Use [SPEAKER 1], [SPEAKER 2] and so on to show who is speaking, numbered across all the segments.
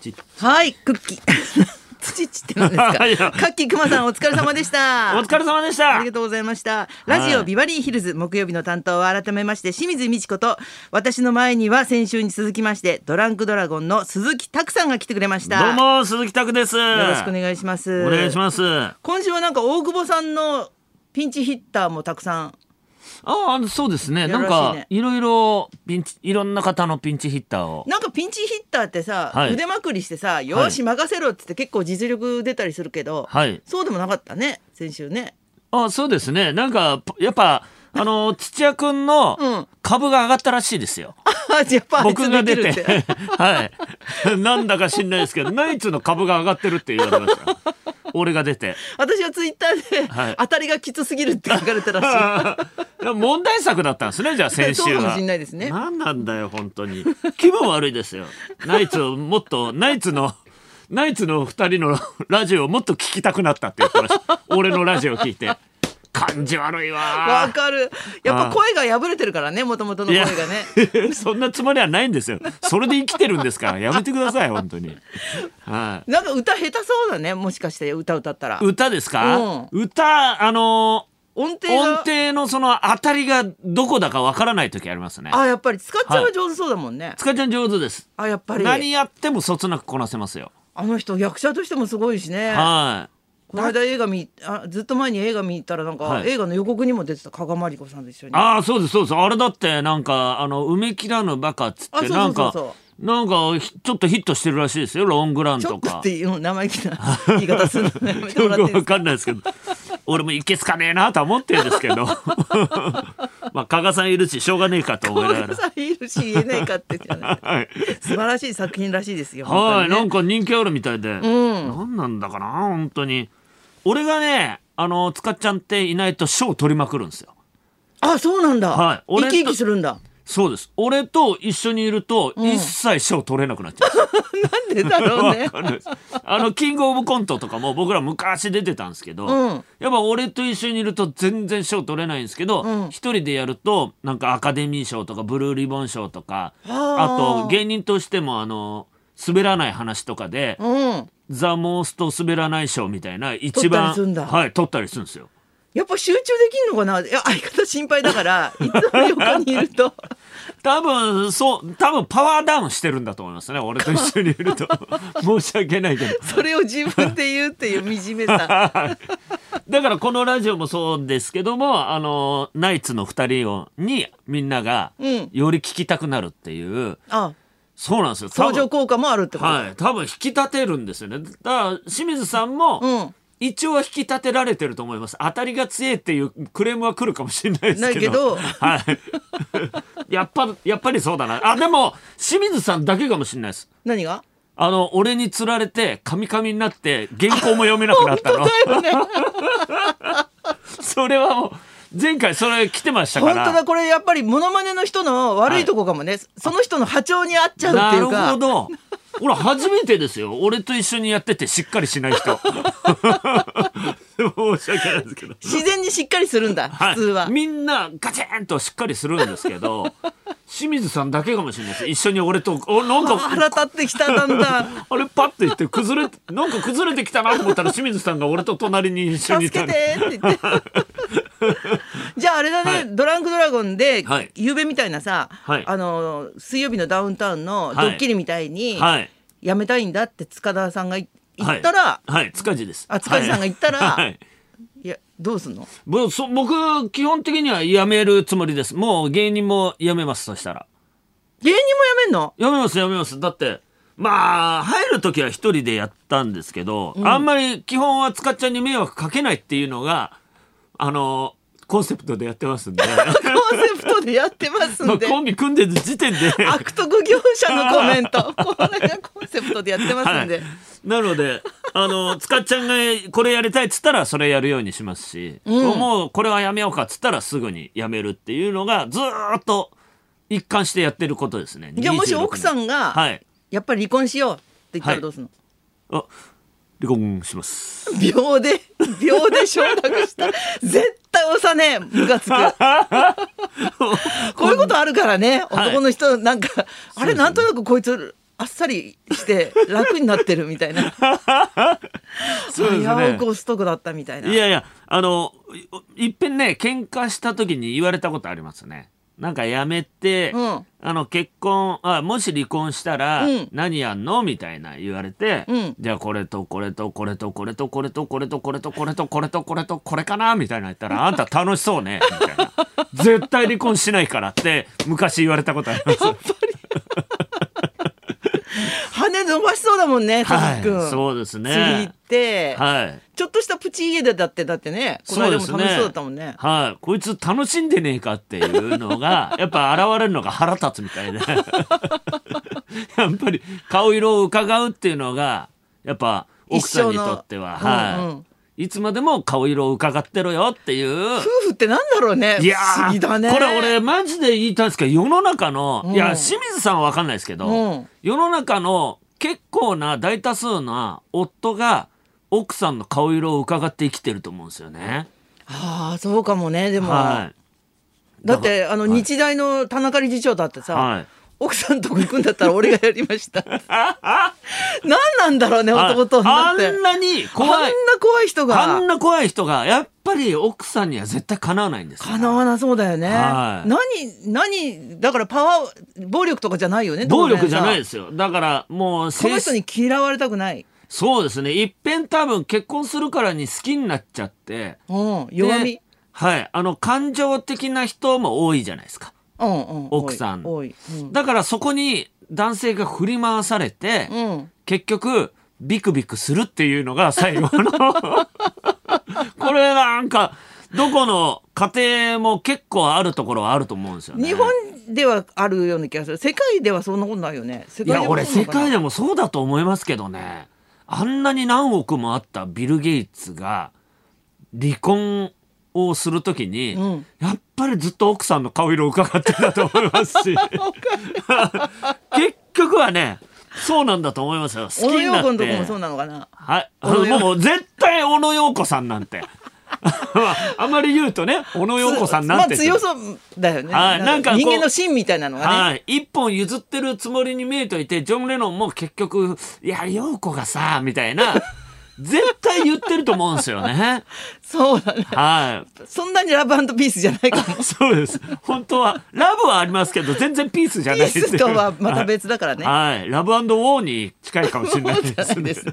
[SPEAKER 1] チッ
[SPEAKER 2] はい、クッキー。 土ちってなん ですか。カ
[SPEAKER 1] いや
[SPEAKER 2] ッキー熊さん、お疲れ様でし
[SPEAKER 1] お
[SPEAKER 2] た。
[SPEAKER 1] 疲れ様でし
[SPEAKER 2] あ
[SPEAKER 1] た
[SPEAKER 2] りがとうございました。ラジ
[SPEAKER 1] は
[SPEAKER 2] オ
[SPEAKER 1] い
[SPEAKER 2] ビバリーヒルズ木曜日の担当は改めまして清水美智子と私の前には先週に続きましてドランクドラゴンの鈴木拓さんが来てくれました。
[SPEAKER 1] どうも鈴木拓です
[SPEAKER 2] よろしくお願いします。
[SPEAKER 1] お願いしますあ
[SPEAKER 2] 今週はなんか大久保さんのピンチヒッターもたくさん。
[SPEAKER 1] あのそうです
[SPEAKER 2] よ
[SPEAKER 1] ね
[SPEAKER 2] ろしい
[SPEAKER 1] な
[SPEAKER 2] ね
[SPEAKER 1] んかいろいろピンチいろんな方のピンチヒッターを
[SPEAKER 2] なんかピンチヒッターってさ、
[SPEAKER 1] はい
[SPEAKER 2] 腕まくりしてさ、よーし任せろってって結構実力出たりするけど、
[SPEAKER 1] はい
[SPEAKER 2] そうでもなかったね、先週ね。
[SPEAKER 1] あそうですねなんかやっぱあの 土屋くん
[SPEAKER 2] うん
[SPEAKER 1] の株が上がったらしいですよ、
[SPEAKER 2] あ、やっぱあいつ
[SPEAKER 1] 僕が
[SPEAKER 2] で
[SPEAKER 1] 出
[SPEAKER 2] きる
[SPEAKER 1] て
[SPEAKER 2] って
[SPEAKER 1] はいなんだか知んないですけどナイツの株が上がってるって言われました俺が出て
[SPEAKER 2] 私はツイッターで、
[SPEAKER 1] はい
[SPEAKER 2] 当たりがきつすぎるって書かれたらし い。
[SPEAKER 1] 問題作だったんですねじゃあ先週は
[SPEAKER 2] そうかもしれないですね
[SPEAKER 1] 何なんだよ本当に気分悪いですよナイツをもっと ナイツのナイツの二人のラジオをもっと聞きたくなったって言ってました俺のラジオ聞いて感じ悪い
[SPEAKER 2] わ
[SPEAKER 1] わ
[SPEAKER 2] かる。やっぱ声が破れてるからね、もともとの
[SPEAKER 1] い
[SPEAKER 2] 声
[SPEAKER 1] や
[SPEAKER 2] がね。
[SPEAKER 1] そんなつもりはないんですよそれで生きてるんですからやめてください本当にはい
[SPEAKER 2] なんか歌下手そうだね、もしかして歌歌ったら。
[SPEAKER 1] 歌ですか、歌あの
[SPEAKER 2] 音程が。
[SPEAKER 1] 音程のその当たりがどこだかわからない時ありますね
[SPEAKER 2] あ、やっぱり、使っちゃう上手そうだもんね。
[SPEAKER 1] つかちゃん上手です
[SPEAKER 2] あ、やっぱり。
[SPEAKER 1] 何やってもそつなくこなせますよ
[SPEAKER 2] あの人、役者としてもすごいしね。
[SPEAKER 1] は
[SPEAKER 2] この間映画見、あ、ずっと前に映画見たら、なんか、
[SPEAKER 1] はい
[SPEAKER 2] 映画の予告にも出てた加賀まりこさんと一緒
[SPEAKER 1] い
[SPEAKER 2] に。
[SPEAKER 1] ああそうですそうですあれだってなんかあの「埋め切らぬバカ」っつっ
[SPEAKER 2] あそ
[SPEAKER 1] て
[SPEAKER 2] うそう
[SPEAKER 1] なん
[SPEAKER 2] そうそ
[SPEAKER 1] かなんかひちょっとヒットしてるらしいですよロングラン
[SPEAKER 2] ちょ
[SPEAKER 1] と
[SPEAKER 2] っとっ
[SPEAKER 1] か
[SPEAKER 2] ていう生意気な 言い方するのやめても
[SPEAKER 1] よ
[SPEAKER 2] ら
[SPEAKER 1] く
[SPEAKER 2] っていいで
[SPEAKER 1] わ
[SPEAKER 2] すか。
[SPEAKER 1] かんないですけど俺もいけつかねえなとは思ってるんですけ どまあ加賀さんいるししょうがねえかと思いなが
[SPEAKER 2] ごめんなさいいるし言えないかってじゃない。
[SPEAKER 1] らはい
[SPEAKER 2] 素晴らしい作品らしいですよ。
[SPEAKER 1] はい、な
[SPEAKER 2] 本
[SPEAKER 1] んか人気あるみたいで、
[SPEAKER 2] ん
[SPEAKER 1] なんなんだかな本当に俺がねあのつかちゃんっていないと賞取りまくるんですよ
[SPEAKER 2] 当にねあ、そうなんだ。
[SPEAKER 1] はい
[SPEAKER 2] 生
[SPEAKER 1] 俺と
[SPEAKER 2] き生きするんだ。
[SPEAKER 1] そうです俺と一緒にいると一切賞取れなくなっち ゃう、
[SPEAKER 2] なんでだろ うね。
[SPEAKER 1] あのあのキングオブコントとかも僕ら昔出てたんですけど、
[SPEAKER 2] うん
[SPEAKER 1] やっぱ俺と一緒にいると全然賞取れないんですけど
[SPEAKER 2] うん
[SPEAKER 1] 一、人でやるとなんかアカデミー賞とかブルーリボン賞とか
[SPEAKER 2] あ
[SPEAKER 1] あ
[SPEAKER 2] ー
[SPEAKER 1] と芸人としてもあの滑らない話とかで、
[SPEAKER 2] うん。
[SPEAKER 1] ザ・モースト滑らない賞みたいな一
[SPEAKER 2] 取った
[SPEAKER 1] 番
[SPEAKER 2] りするんだ
[SPEAKER 1] はい取ったりするんですよ。
[SPEAKER 2] やっぱ集中できんのかな。いや相方心配だ から、いつも横にいると。
[SPEAKER 1] 多分そう多分パワーダウンしてるんだと思いますね俺と一緒にいる と申し訳ないけど
[SPEAKER 2] それを自分で言うっていう惨めさ。
[SPEAKER 1] だからこのラジオもそうですけどもあのナイツの二人をにみんなが
[SPEAKER 2] うん
[SPEAKER 1] より聞きたくなるっていう、
[SPEAKER 2] あ、
[SPEAKER 1] そうなんですよ多
[SPEAKER 2] 相乗
[SPEAKER 1] 分
[SPEAKER 2] 効果もあるってこと。
[SPEAKER 1] はい多分引き立てるんですよねだから清水さんも、
[SPEAKER 2] うん。
[SPEAKER 1] 一応は引き立てられてると思います当たりが強いっていうクレームは来るかもしれないですけど
[SPEAKER 2] ないけど
[SPEAKER 1] はい やっぱやっぱりそうだなあでも清水さんだけかもしれないです
[SPEAKER 2] 何が？
[SPEAKER 1] あの俺につられてカミカミになって原稿も読めなくなったの
[SPEAKER 2] だよね。
[SPEAKER 1] それはもう前回それ来てましたか
[SPEAKER 2] 本
[SPEAKER 1] ら
[SPEAKER 2] 当だこれやっぱりモノマネの人の悪いとこかもね。その人の波長に合っちゃうっていう
[SPEAKER 1] なる
[SPEAKER 2] か
[SPEAKER 1] ほ。ど俺初めてですよ俺と一緒にやっててしっかりしない人 申し訳ないですけど
[SPEAKER 2] 自然にしっかりするんだ。
[SPEAKER 1] はい
[SPEAKER 2] 普通は。
[SPEAKER 1] みんなガチーンとしっかりするんですけど清水さんだけかもしれないです一緒に俺とおなん
[SPEAKER 2] あ
[SPEAKER 1] か
[SPEAKER 2] 腹立ってきただんだん。
[SPEAKER 1] あれパッて言って崩れなんか崩れてきたなと思ったら清水さんが俺と隣に一緒に
[SPEAKER 2] 助
[SPEAKER 1] いた
[SPEAKER 2] け
[SPEAKER 1] ん
[SPEAKER 2] て
[SPEAKER 1] で
[SPEAKER 2] って言って じゃああれだね、
[SPEAKER 1] はい
[SPEAKER 2] ドランクドラゴンで、
[SPEAKER 1] はい
[SPEAKER 2] 夕べみたいなさ、
[SPEAKER 1] はい
[SPEAKER 2] あの水曜日のダウンタウンのド
[SPEAKER 1] はい
[SPEAKER 2] ッキリみたいに、
[SPEAKER 1] はい
[SPEAKER 2] やめたいんだって塚田さんがい言ったら、
[SPEAKER 1] はい、はい、塚地です
[SPEAKER 2] あ塚地さんが言ったら
[SPEAKER 1] はいはい
[SPEAKER 2] い、やどうすんの
[SPEAKER 1] もうそ僕基本的には辞めるつもりですもう芸人も辞めますそしたら
[SPEAKER 2] 芸人もやめんの
[SPEAKER 1] やめますやめますだってまあ入る時は一人でやったんですけど、あんまり基本は塚っちゃんに迷惑かけないっていうのがあのコンセプトでやってますんで
[SPEAKER 2] コンセプトでやってます
[SPEAKER 1] も
[SPEAKER 2] ん
[SPEAKER 1] う
[SPEAKER 2] で
[SPEAKER 1] コンビ組んでる時点で、
[SPEAKER 2] 悪徳業者のコメン トこれがコンセプトでやってま
[SPEAKER 1] は
[SPEAKER 2] すん
[SPEAKER 1] い
[SPEAKER 2] で、、
[SPEAKER 1] なのであの塚っちゃんがこれやりたいっつったらそれやるようにしますし、もうこれはやめようかっつったらすぐにやめるっていうのがずーっと一貫してやってることですね
[SPEAKER 2] じゃあもし
[SPEAKER 1] 26
[SPEAKER 2] 奥さんが、
[SPEAKER 1] はい
[SPEAKER 2] やっぱり離婚しようって言った
[SPEAKER 1] は
[SPEAKER 2] ら
[SPEAKER 1] い
[SPEAKER 2] どうすんの、
[SPEAKER 1] あ離婚します
[SPEAKER 2] 秒で秒で承諾した絶対押さねえムカつ くこういうことあるからね
[SPEAKER 1] い
[SPEAKER 2] 男の人なんか、あれなんとなくこいつあっさりして楽になってるみたいな
[SPEAKER 1] そうですね
[SPEAKER 2] 早うこうストックだったみたいない
[SPEAKER 1] やいやあのいいっぺんね喧嘩した時に言われたことありますねなんかやめて、
[SPEAKER 2] うん
[SPEAKER 1] あの結婚あもし離婚したら
[SPEAKER 2] うん
[SPEAKER 1] 何やんのみたいな言われて、
[SPEAKER 2] うん
[SPEAKER 1] じゃあこれとこれとこれとこれとこれとこれとこれとこれとこれとこれとこれかなみたいな言ったらあんた楽しそうねみたいな絶対離婚しないからって昔言われたことあり ます
[SPEAKER 2] 羽伸ばしそうだもんね佐々木君、
[SPEAKER 1] はいそうですね
[SPEAKER 2] 釣り行って、
[SPEAKER 1] はい
[SPEAKER 2] ちょっとしたプチ家でだってだってねこの
[SPEAKER 1] そう
[SPEAKER 2] 間
[SPEAKER 1] で
[SPEAKER 2] も
[SPEAKER 1] す
[SPEAKER 2] 楽しそうだったもんね
[SPEAKER 1] はい、こいつ楽しんでねえかっていう のがやっぱ現れるのが腹立つみたいで やっぱり顔色を伺うっていうのがやっぱ奥さんにとっては、
[SPEAKER 2] 一生の
[SPEAKER 1] はい
[SPEAKER 2] うんうん
[SPEAKER 1] いつまでも顔色を伺ってろよっていう。
[SPEAKER 2] 夫婦ってなんだろうね
[SPEAKER 1] いや
[SPEAKER 2] 不思議だね
[SPEAKER 1] ーこれ俺マジで言いたいんですけど世の中の、
[SPEAKER 2] うん
[SPEAKER 1] いや清水さんは分かんないですけど、
[SPEAKER 2] うん
[SPEAKER 1] 世の中の結構な大多数な夫が奥さんの顔色を伺って生きてると思うんですよね。
[SPEAKER 2] ああそうかもねでも、
[SPEAKER 1] はい、
[SPEAKER 2] だってあの
[SPEAKER 1] はい
[SPEAKER 2] 日大の田中理事長だってさ、
[SPEAKER 1] はい
[SPEAKER 2] 奥さんとこ行くんだったら俺がやりましたって 何なんだろうね
[SPEAKER 1] あ
[SPEAKER 2] 男と女
[SPEAKER 1] あ
[SPEAKER 2] ってあん
[SPEAKER 1] んなに怖い
[SPEAKER 2] な怖い人
[SPEAKER 1] あ
[SPEAKER 2] が
[SPEAKER 1] んな怖い人がやっぱり奥さんには絶対かなわないんですよ
[SPEAKER 2] 叶わなそうだよね、
[SPEAKER 1] はい
[SPEAKER 2] 何何だからパワー暴力とかじゃないよね
[SPEAKER 1] 暴力じゃないですすよだからも
[SPEAKER 2] こ
[SPEAKER 1] う
[SPEAKER 2] の
[SPEAKER 1] 性
[SPEAKER 2] 人に嫌われたくない、
[SPEAKER 1] そうですねいっぺん多分結婚するからに好きになっちゃって
[SPEAKER 2] うん、弱み
[SPEAKER 1] ではいあの感情的な人も多いじゃないですか
[SPEAKER 2] うんうん、
[SPEAKER 1] 奥さん
[SPEAKER 2] 多い多い
[SPEAKER 1] だからそこに男性が振り回されて、
[SPEAKER 2] うん、うん
[SPEAKER 1] 結局ビクビクするっていうのが最 後のこれなんかどこの家庭も結構あるところはあると思うんですよね
[SPEAKER 2] 日本ではあるような気がする世界ではそんなことないよね世
[SPEAKER 1] いや俺世界
[SPEAKER 2] で
[SPEAKER 1] でもそうだと思いますけどねあんなに何億もあったビル・ゲイツが離婚をするときに、
[SPEAKER 2] うん
[SPEAKER 1] やっぱりずっと奥さんの顔色を伺ってたと思いま すし 結局はねそうなんだと思いますよ好き
[SPEAKER 2] 小野
[SPEAKER 1] にな
[SPEAKER 2] 洋子
[SPEAKER 1] っ
[SPEAKER 2] のとこも
[SPEAKER 1] て
[SPEAKER 2] そうなのかな
[SPEAKER 1] はい。あ
[SPEAKER 2] 小野洋
[SPEAKER 1] のもう絶対小野洋子さんなんて。 あまり言うとね、小野洋子さんなんて。
[SPEAKER 2] まあ、強そうだよね、
[SPEAKER 1] はいなんかこう
[SPEAKER 2] 人間の芯みたいなのがね、
[SPEAKER 1] はい。一本譲ってるつもりに見えといて、ジョン・レノンも結局、いや、洋子がさ、みたいな、絶対言ってると思うんですよね。
[SPEAKER 2] そうだね
[SPEAKER 1] は
[SPEAKER 2] そんなにラブピースじゃないかも
[SPEAKER 1] い。そうです。本当は、ラブはありますけど、全然ピースじゃ
[SPEAKER 2] ピ
[SPEAKER 1] ない
[SPEAKER 2] ー
[SPEAKER 1] っていう
[SPEAKER 2] スとはまた別だからね、
[SPEAKER 1] はい。はいラブウォーに近いかもしれな いです
[SPEAKER 2] そう
[SPEAKER 1] ね
[SPEAKER 2] です。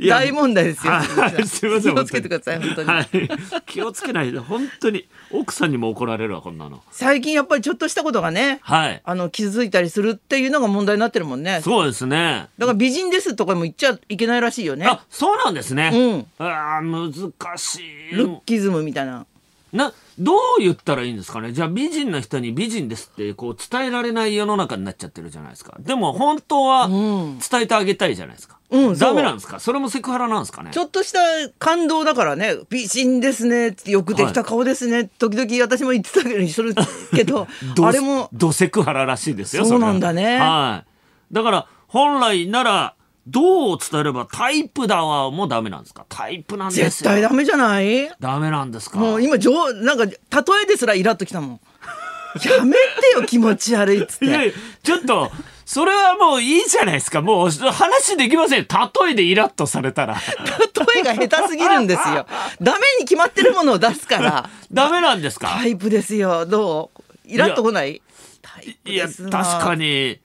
[SPEAKER 1] いや
[SPEAKER 2] 大問題ですよ、
[SPEAKER 1] はいすいません
[SPEAKER 2] 気をつけてください本当に、
[SPEAKER 1] はい、 気をつけないで本当に奥さんにも怒られるわこんなの
[SPEAKER 2] 最近やっぱりちょっとしたことがね
[SPEAKER 1] はい
[SPEAKER 2] あの傷ついたりするっていうのが問題になってるもんね
[SPEAKER 1] そうですね
[SPEAKER 2] だから美人ですとかも言っちゃいけないらしいよね
[SPEAKER 1] あそうなんですね、ああー難し
[SPEAKER 2] ル
[SPEAKER 1] い
[SPEAKER 2] ッキズムみたいな
[SPEAKER 1] などう言ったらいいんですかねじゃあ美人な人に美人ですってこう伝えられない世の中になっちゃってるじゃないですかでも本当は
[SPEAKER 2] ん
[SPEAKER 1] 伝えてあげたいじゃないですか、
[SPEAKER 2] うんそう
[SPEAKER 1] ダメなんですかそれもセクハラなんですかね
[SPEAKER 2] ちょっとした感動だからね美人ですねよくできた顔ですね、時々私も言ってたけどするけど
[SPEAKER 1] ど
[SPEAKER 2] あれも
[SPEAKER 1] どセクハラらしいですよ
[SPEAKER 2] そう
[SPEAKER 1] れは
[SPEAKER 2] なんだね
[SPEAKER 1] はいだから本来ならどう伝えればタイプだわもうダメなんですかタイプなんですよ
[SPEAKER 2] 絶対ダメじゃない
[SPEAKER 1] ダメなんですか
[SPEAKER 2] もう今上なんか例えですらイラっときたもん やめてよ気持ち悪いっつっ
[SPEAKER 1] いやい
[SPEAKER 2] て
[SPEAKER 1] やちょっとそれはもういいじゃないですかもう話できませんよ例えでイラッとされたら
[SPEAKER 2] 例えが下手すぎるんです よダメに決まってるものを出すから
[SPEAKER 1] ダメなんですか
[SPEAKER 2] タイプですよどうイラっとこないタイプ
[SPEAKER 1] いや
[SPEAKER 2] です
[SPEAKER 1] 確
[SPEAKER 2] な
[SPEAKER 1] かに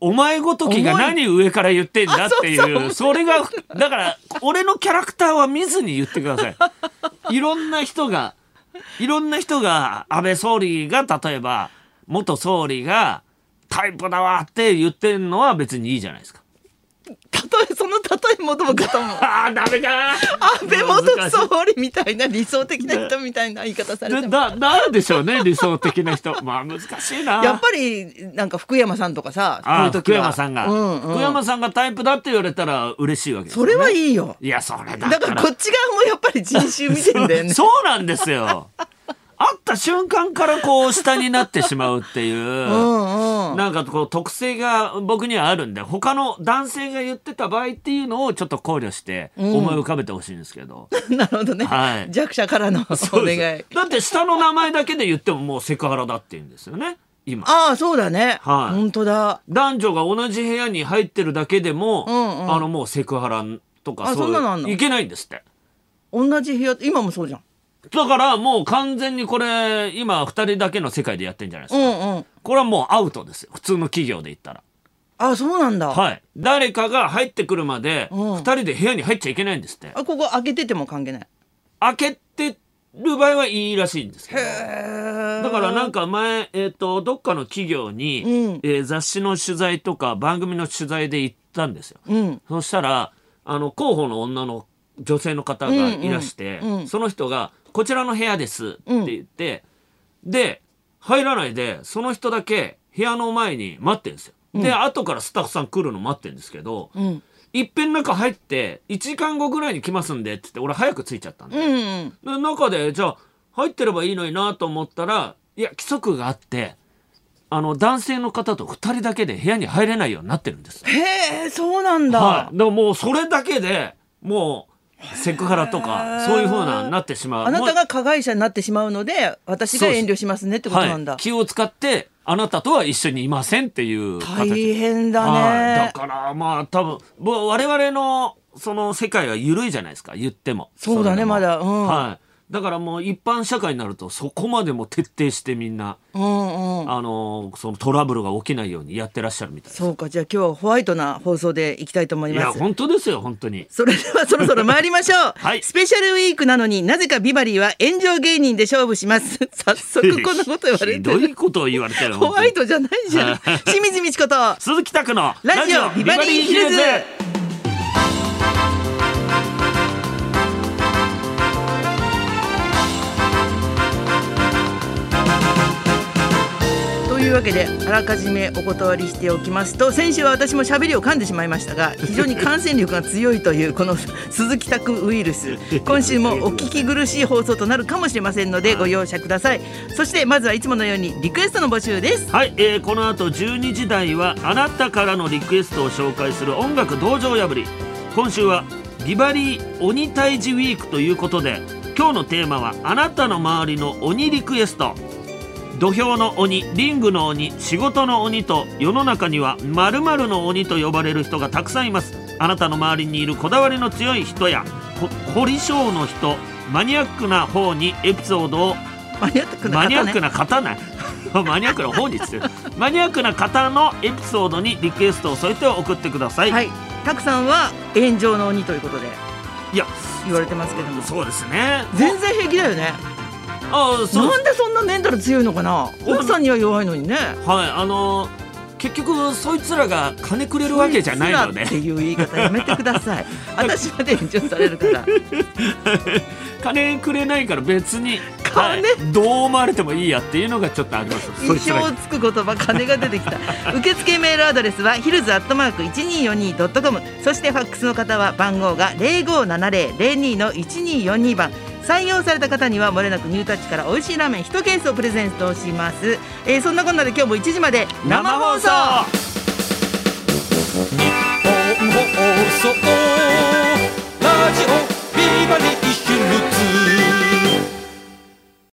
[SPEAKER 1] お前ごときが何上から言ってんだっ
[SPEAKER 2] 重
[SPEAKER 1] て
[SPEAKER 2] いあそう
[SPEAKER 1] いうそれがだから俺のキャラクターは見ずに言ってくださいいろんな人がいろんな人が安倍総理が例えば元総理がタイプだわって言ってんのは別にいいじゃないですか
[SPEAKER 2] 例えその例え元も 方も
[SPEAKER 1] ああダメか
[SPEAKER 2] 安倍元総理みたいな理想的な人みたいな言い方され
[SPEAKER 1] で
[SPEAKER 2] ても
[SPEAKER 1] ななんでしょうね理想的な人 まあ難しいな
[SPEAKER 2] やっぱりなんか福山さんとかさこ
[SPEAKER 1] ああ
[SPEAKER 2] ういう
[SPEAKER 1] 福
[SPEAKER 2] 時は
[SPEAKER 1] 山さんが、
[SPEAKER 2] うんうん
[SPEAKER 1] 福山さんがタイプだって言われたら嬉しいわけです
[SPEAKER 2] そ
[SPEAKER 1] よね
[SPEAKER 2] れはいいよ
[SPEAKER 1] いやそれだ
[SPEAKER 2] だからこっち側もやっぱり人種見てんだよね
[SPEAKER 1] そうなんですよ会った瞬間からこう下になってしまうっていう、
[SPEAKER 2] うんうん
[SPEAKER 1] なんかこう特性が僕にはあるんで他の男性が言ってた場合っていうのをちょっと考慮して思い浮かべてほしいんですけど、
[SPEAKER 2] なるほどね、
[SPEAKER 1] はい
[SPEAKER 2] 弱者からのお
[SPEAKER 1] そう
[SPEAKER 2] 願
[SPEAKER 1] で
[SPEAKER 2] い
[SPEAKER 1] すだって下の名前だけで言ってももうセクハラだって言うんですよね今
[SPEAKER 2] ああそうだね、
[SPEAKER 1] はい
[SPEAKER 2] 本当だ
[SPEAKER 1] 男女が同じ部屋に入ってるだけでも、
[SPEAKER 2] うんうん
[SPEAKER 1] あのもうセクハラとか
[SPEAKER 2] あ
[SPEAKER 1] そう
[SPEAKER 2] そんなのあんの
[SPEAKER 1] いけないんですって
[SPEAKER 2] 同じ部屋今もそうじゃん
[SPEAKER 1] だからもう完全にこれ今2人だけの世界でやってんじゃないです
[SPEAKER 2] う
[SPEAKER 1] か、
[SPEAKER 2] んうん
[SPEAKER 1] これはもうアウトですよ普通の企業で言ったら
[SPEAKER 2] あそうなんだ、
[SPEAKER 1] はい誰かが入ってくるまで
[SPEAKER 2] うん
[SPEAKER 1] 2人で部屋に入っちゃいけないんですって
[SPEAKER 2] あここ開けてても関係ない
[SPEAKER 1] 開けてる場合はいいらしいんですけど
[SPEAKER 2] だ
[SPEAKER 1] だからなん
[SPEAKER 2] か
[SPEAKER 1] か前、えー、とどっかの企業に、
[SPEAKER 2] うん
[SPEAKER 1] えー雑誌の取材とか番組の取材で行ったんですよ。
[SPEAKER 2] うん
[SPEAKER 1] そしたらあの広報の女の女性の方がいらして、
[SPEAKER 2] うんうんうん
[SPEAKER 1] その人が「こちらの部屋です」って言って、で入らないでその人だけ部屋の前に待ってるんですよ。で、後からスタッフさん来るの待ってるんですけど、
[SPEAKER 2] うん
[SPEAKER 1] いっぺん中入って1時間後ぐらいに来ますんでって言って俺早く着いちゃったんで
[SPEAKER 2] う、んうん
[SPEAKER 1] で中でじゃあ入ってればいいのになと思ったらいや規則があってあの男性の方と2人だけで部屋に入れないようになってるんです
[SPEAKER 2] へえそうなんだ、
[SPEAKER 1] はいでももうそれだけでもうセクハラと
[SPEAKER 2] へ
[SPEAKER 1] か
[SPEAKER 2] ー
[SPEAKER 1] そういうふうなになってしまう
[SPEAKER 2] あなた
[SPEAKER 1] も
[SPEAKER 2] が加害者になってしまうので私が遠慮しますねって
[SPEAKER 1] う
[SPEAKER 2] ことなん
[SPEAKER 1] は
[SPEAKER 2] だ
[SPEAKER 1] い、、気を使ってあなたとは一緒にいませんっていう
[SPEAKER 2] 大
[SPEAKER 1] 形
[SPEAKER 2] 変だ
[SPEAKER 1] はい
[SPEAKER 2] ね
[SPEAKER 1] だからまあ多分ぼ我々のその世界は緩いじゃないですか言っても
[SPEAKER 2] そうだね
[SPEAKER 1] れでも
[SPEAKER 2] まだうん
[SPEAKER 1] はい、だからもう一般社会になるとそこまでも徹底してみんな
[SPEAKER 2] うんうん
[SPEAKER 1] あのーそのトラブルが起きないようにやってらっしゃるみたいです。
[SPEAKER 2] そうかじゃあ今日はホワイトな放送でいきたいと思い
[SPEAKER 1] い
[SPEAKER 2] ます
[SPEAKER 1] や本当ですよ本当に。
[SPEAKER 2] それではそろそろ参りましょう、
[SPEAKER 1] はい
[SPEAKER 2] スペシャルウィークなのになぜかビバリーは炎上芸人で勝負します 早速 こんなこと言われ
[SPEAKER 1] ひ
[SPEAKER 2] て
[SPEAKER 1] ど
[SPEAKER 2] る
[SPEAKER 1] いことを言われてる。
[SPEAKER 2] ホワイト
[SPEAKER 1] 本
[SPEAKER 2] じゃないじゃん清水美智子と
[SPEAKER 1] 当に鈴木拓の
[SPEAKER 2] ラジオビバリーヒルズというわけであらかじめお断りしておきますと先週は私も喋りを噛んでしまいましたが非常に感染力が強いというこの鈴木拓ウイルス今週もお聞き苦しい放送となるかもしれませんのでご容赦くださいそしてまずはいつものようにリクエストの募集です
[SPEAKER 1] はい、えーこの後12時台はあなたからのリクエストを紹介する音楽道場破り今週はビバリー鬼退治ウィークということで今日のテーマはあなたの周りの鬼リクエスト土俵の鬼リングの鬼仕事の鬼と世の中には〇〇の鬼と呼ばれる人がたくさんいますあなたの周りにいるこだわりの強い人やこ凝り性の人マニアックな方にエピソードを
[SPEAKER 2] マニアックな
[SPEAKER 1] マニア
[SPEAKER 2] 方
[SPEAKER 1] ッ
[SPEAKER 2] ね
[SPEAKER 1] クな方ね マニアックな本日マニアックな方のエピソードにリクエストを添えて送ってください、、
[SPEAKER 2] はいいたくさんは炎上の鬼ということで
[SPEAKER 1] や
[SPEAKER 2] 言われてますけども
[SPEAKER 1] そうですね
[SPEAKER 2] 全然平気だよね
[SPEAKER 1] あそう
[SPEAKER 2] なんでそんなメンタル強いのかな奥さんには弱いのにね
[SPEAKER 1] はいあのー結局そいつらが金くれるわけじゃないので
[SPEAKER 2] こつらっていう言い方やめてくだ さい私まで炎上されるから
[SPEAKER 1] 金くれないから別に
[SPEAKER 2] 金
[SPEAKER 1] はいどう思われてもいいやっていうのがちょっとありますそ
[SPEAKER 2] 一
[SPEAKER 1] いつら
[SPEAKER 2] 生つく言葉金が出てき た受付メールアドレスはヒルズアットマーク 1242.com そしてファックスの方は番号が0570-02の1242番採用された方にはもれなくニュータッチから美味しいラーメン1ケースをプレゼントします、えーそんなこんなで今日も1時まで生放送
[SPEAKER 3] 日本放送ラジオビバリーヒルズ」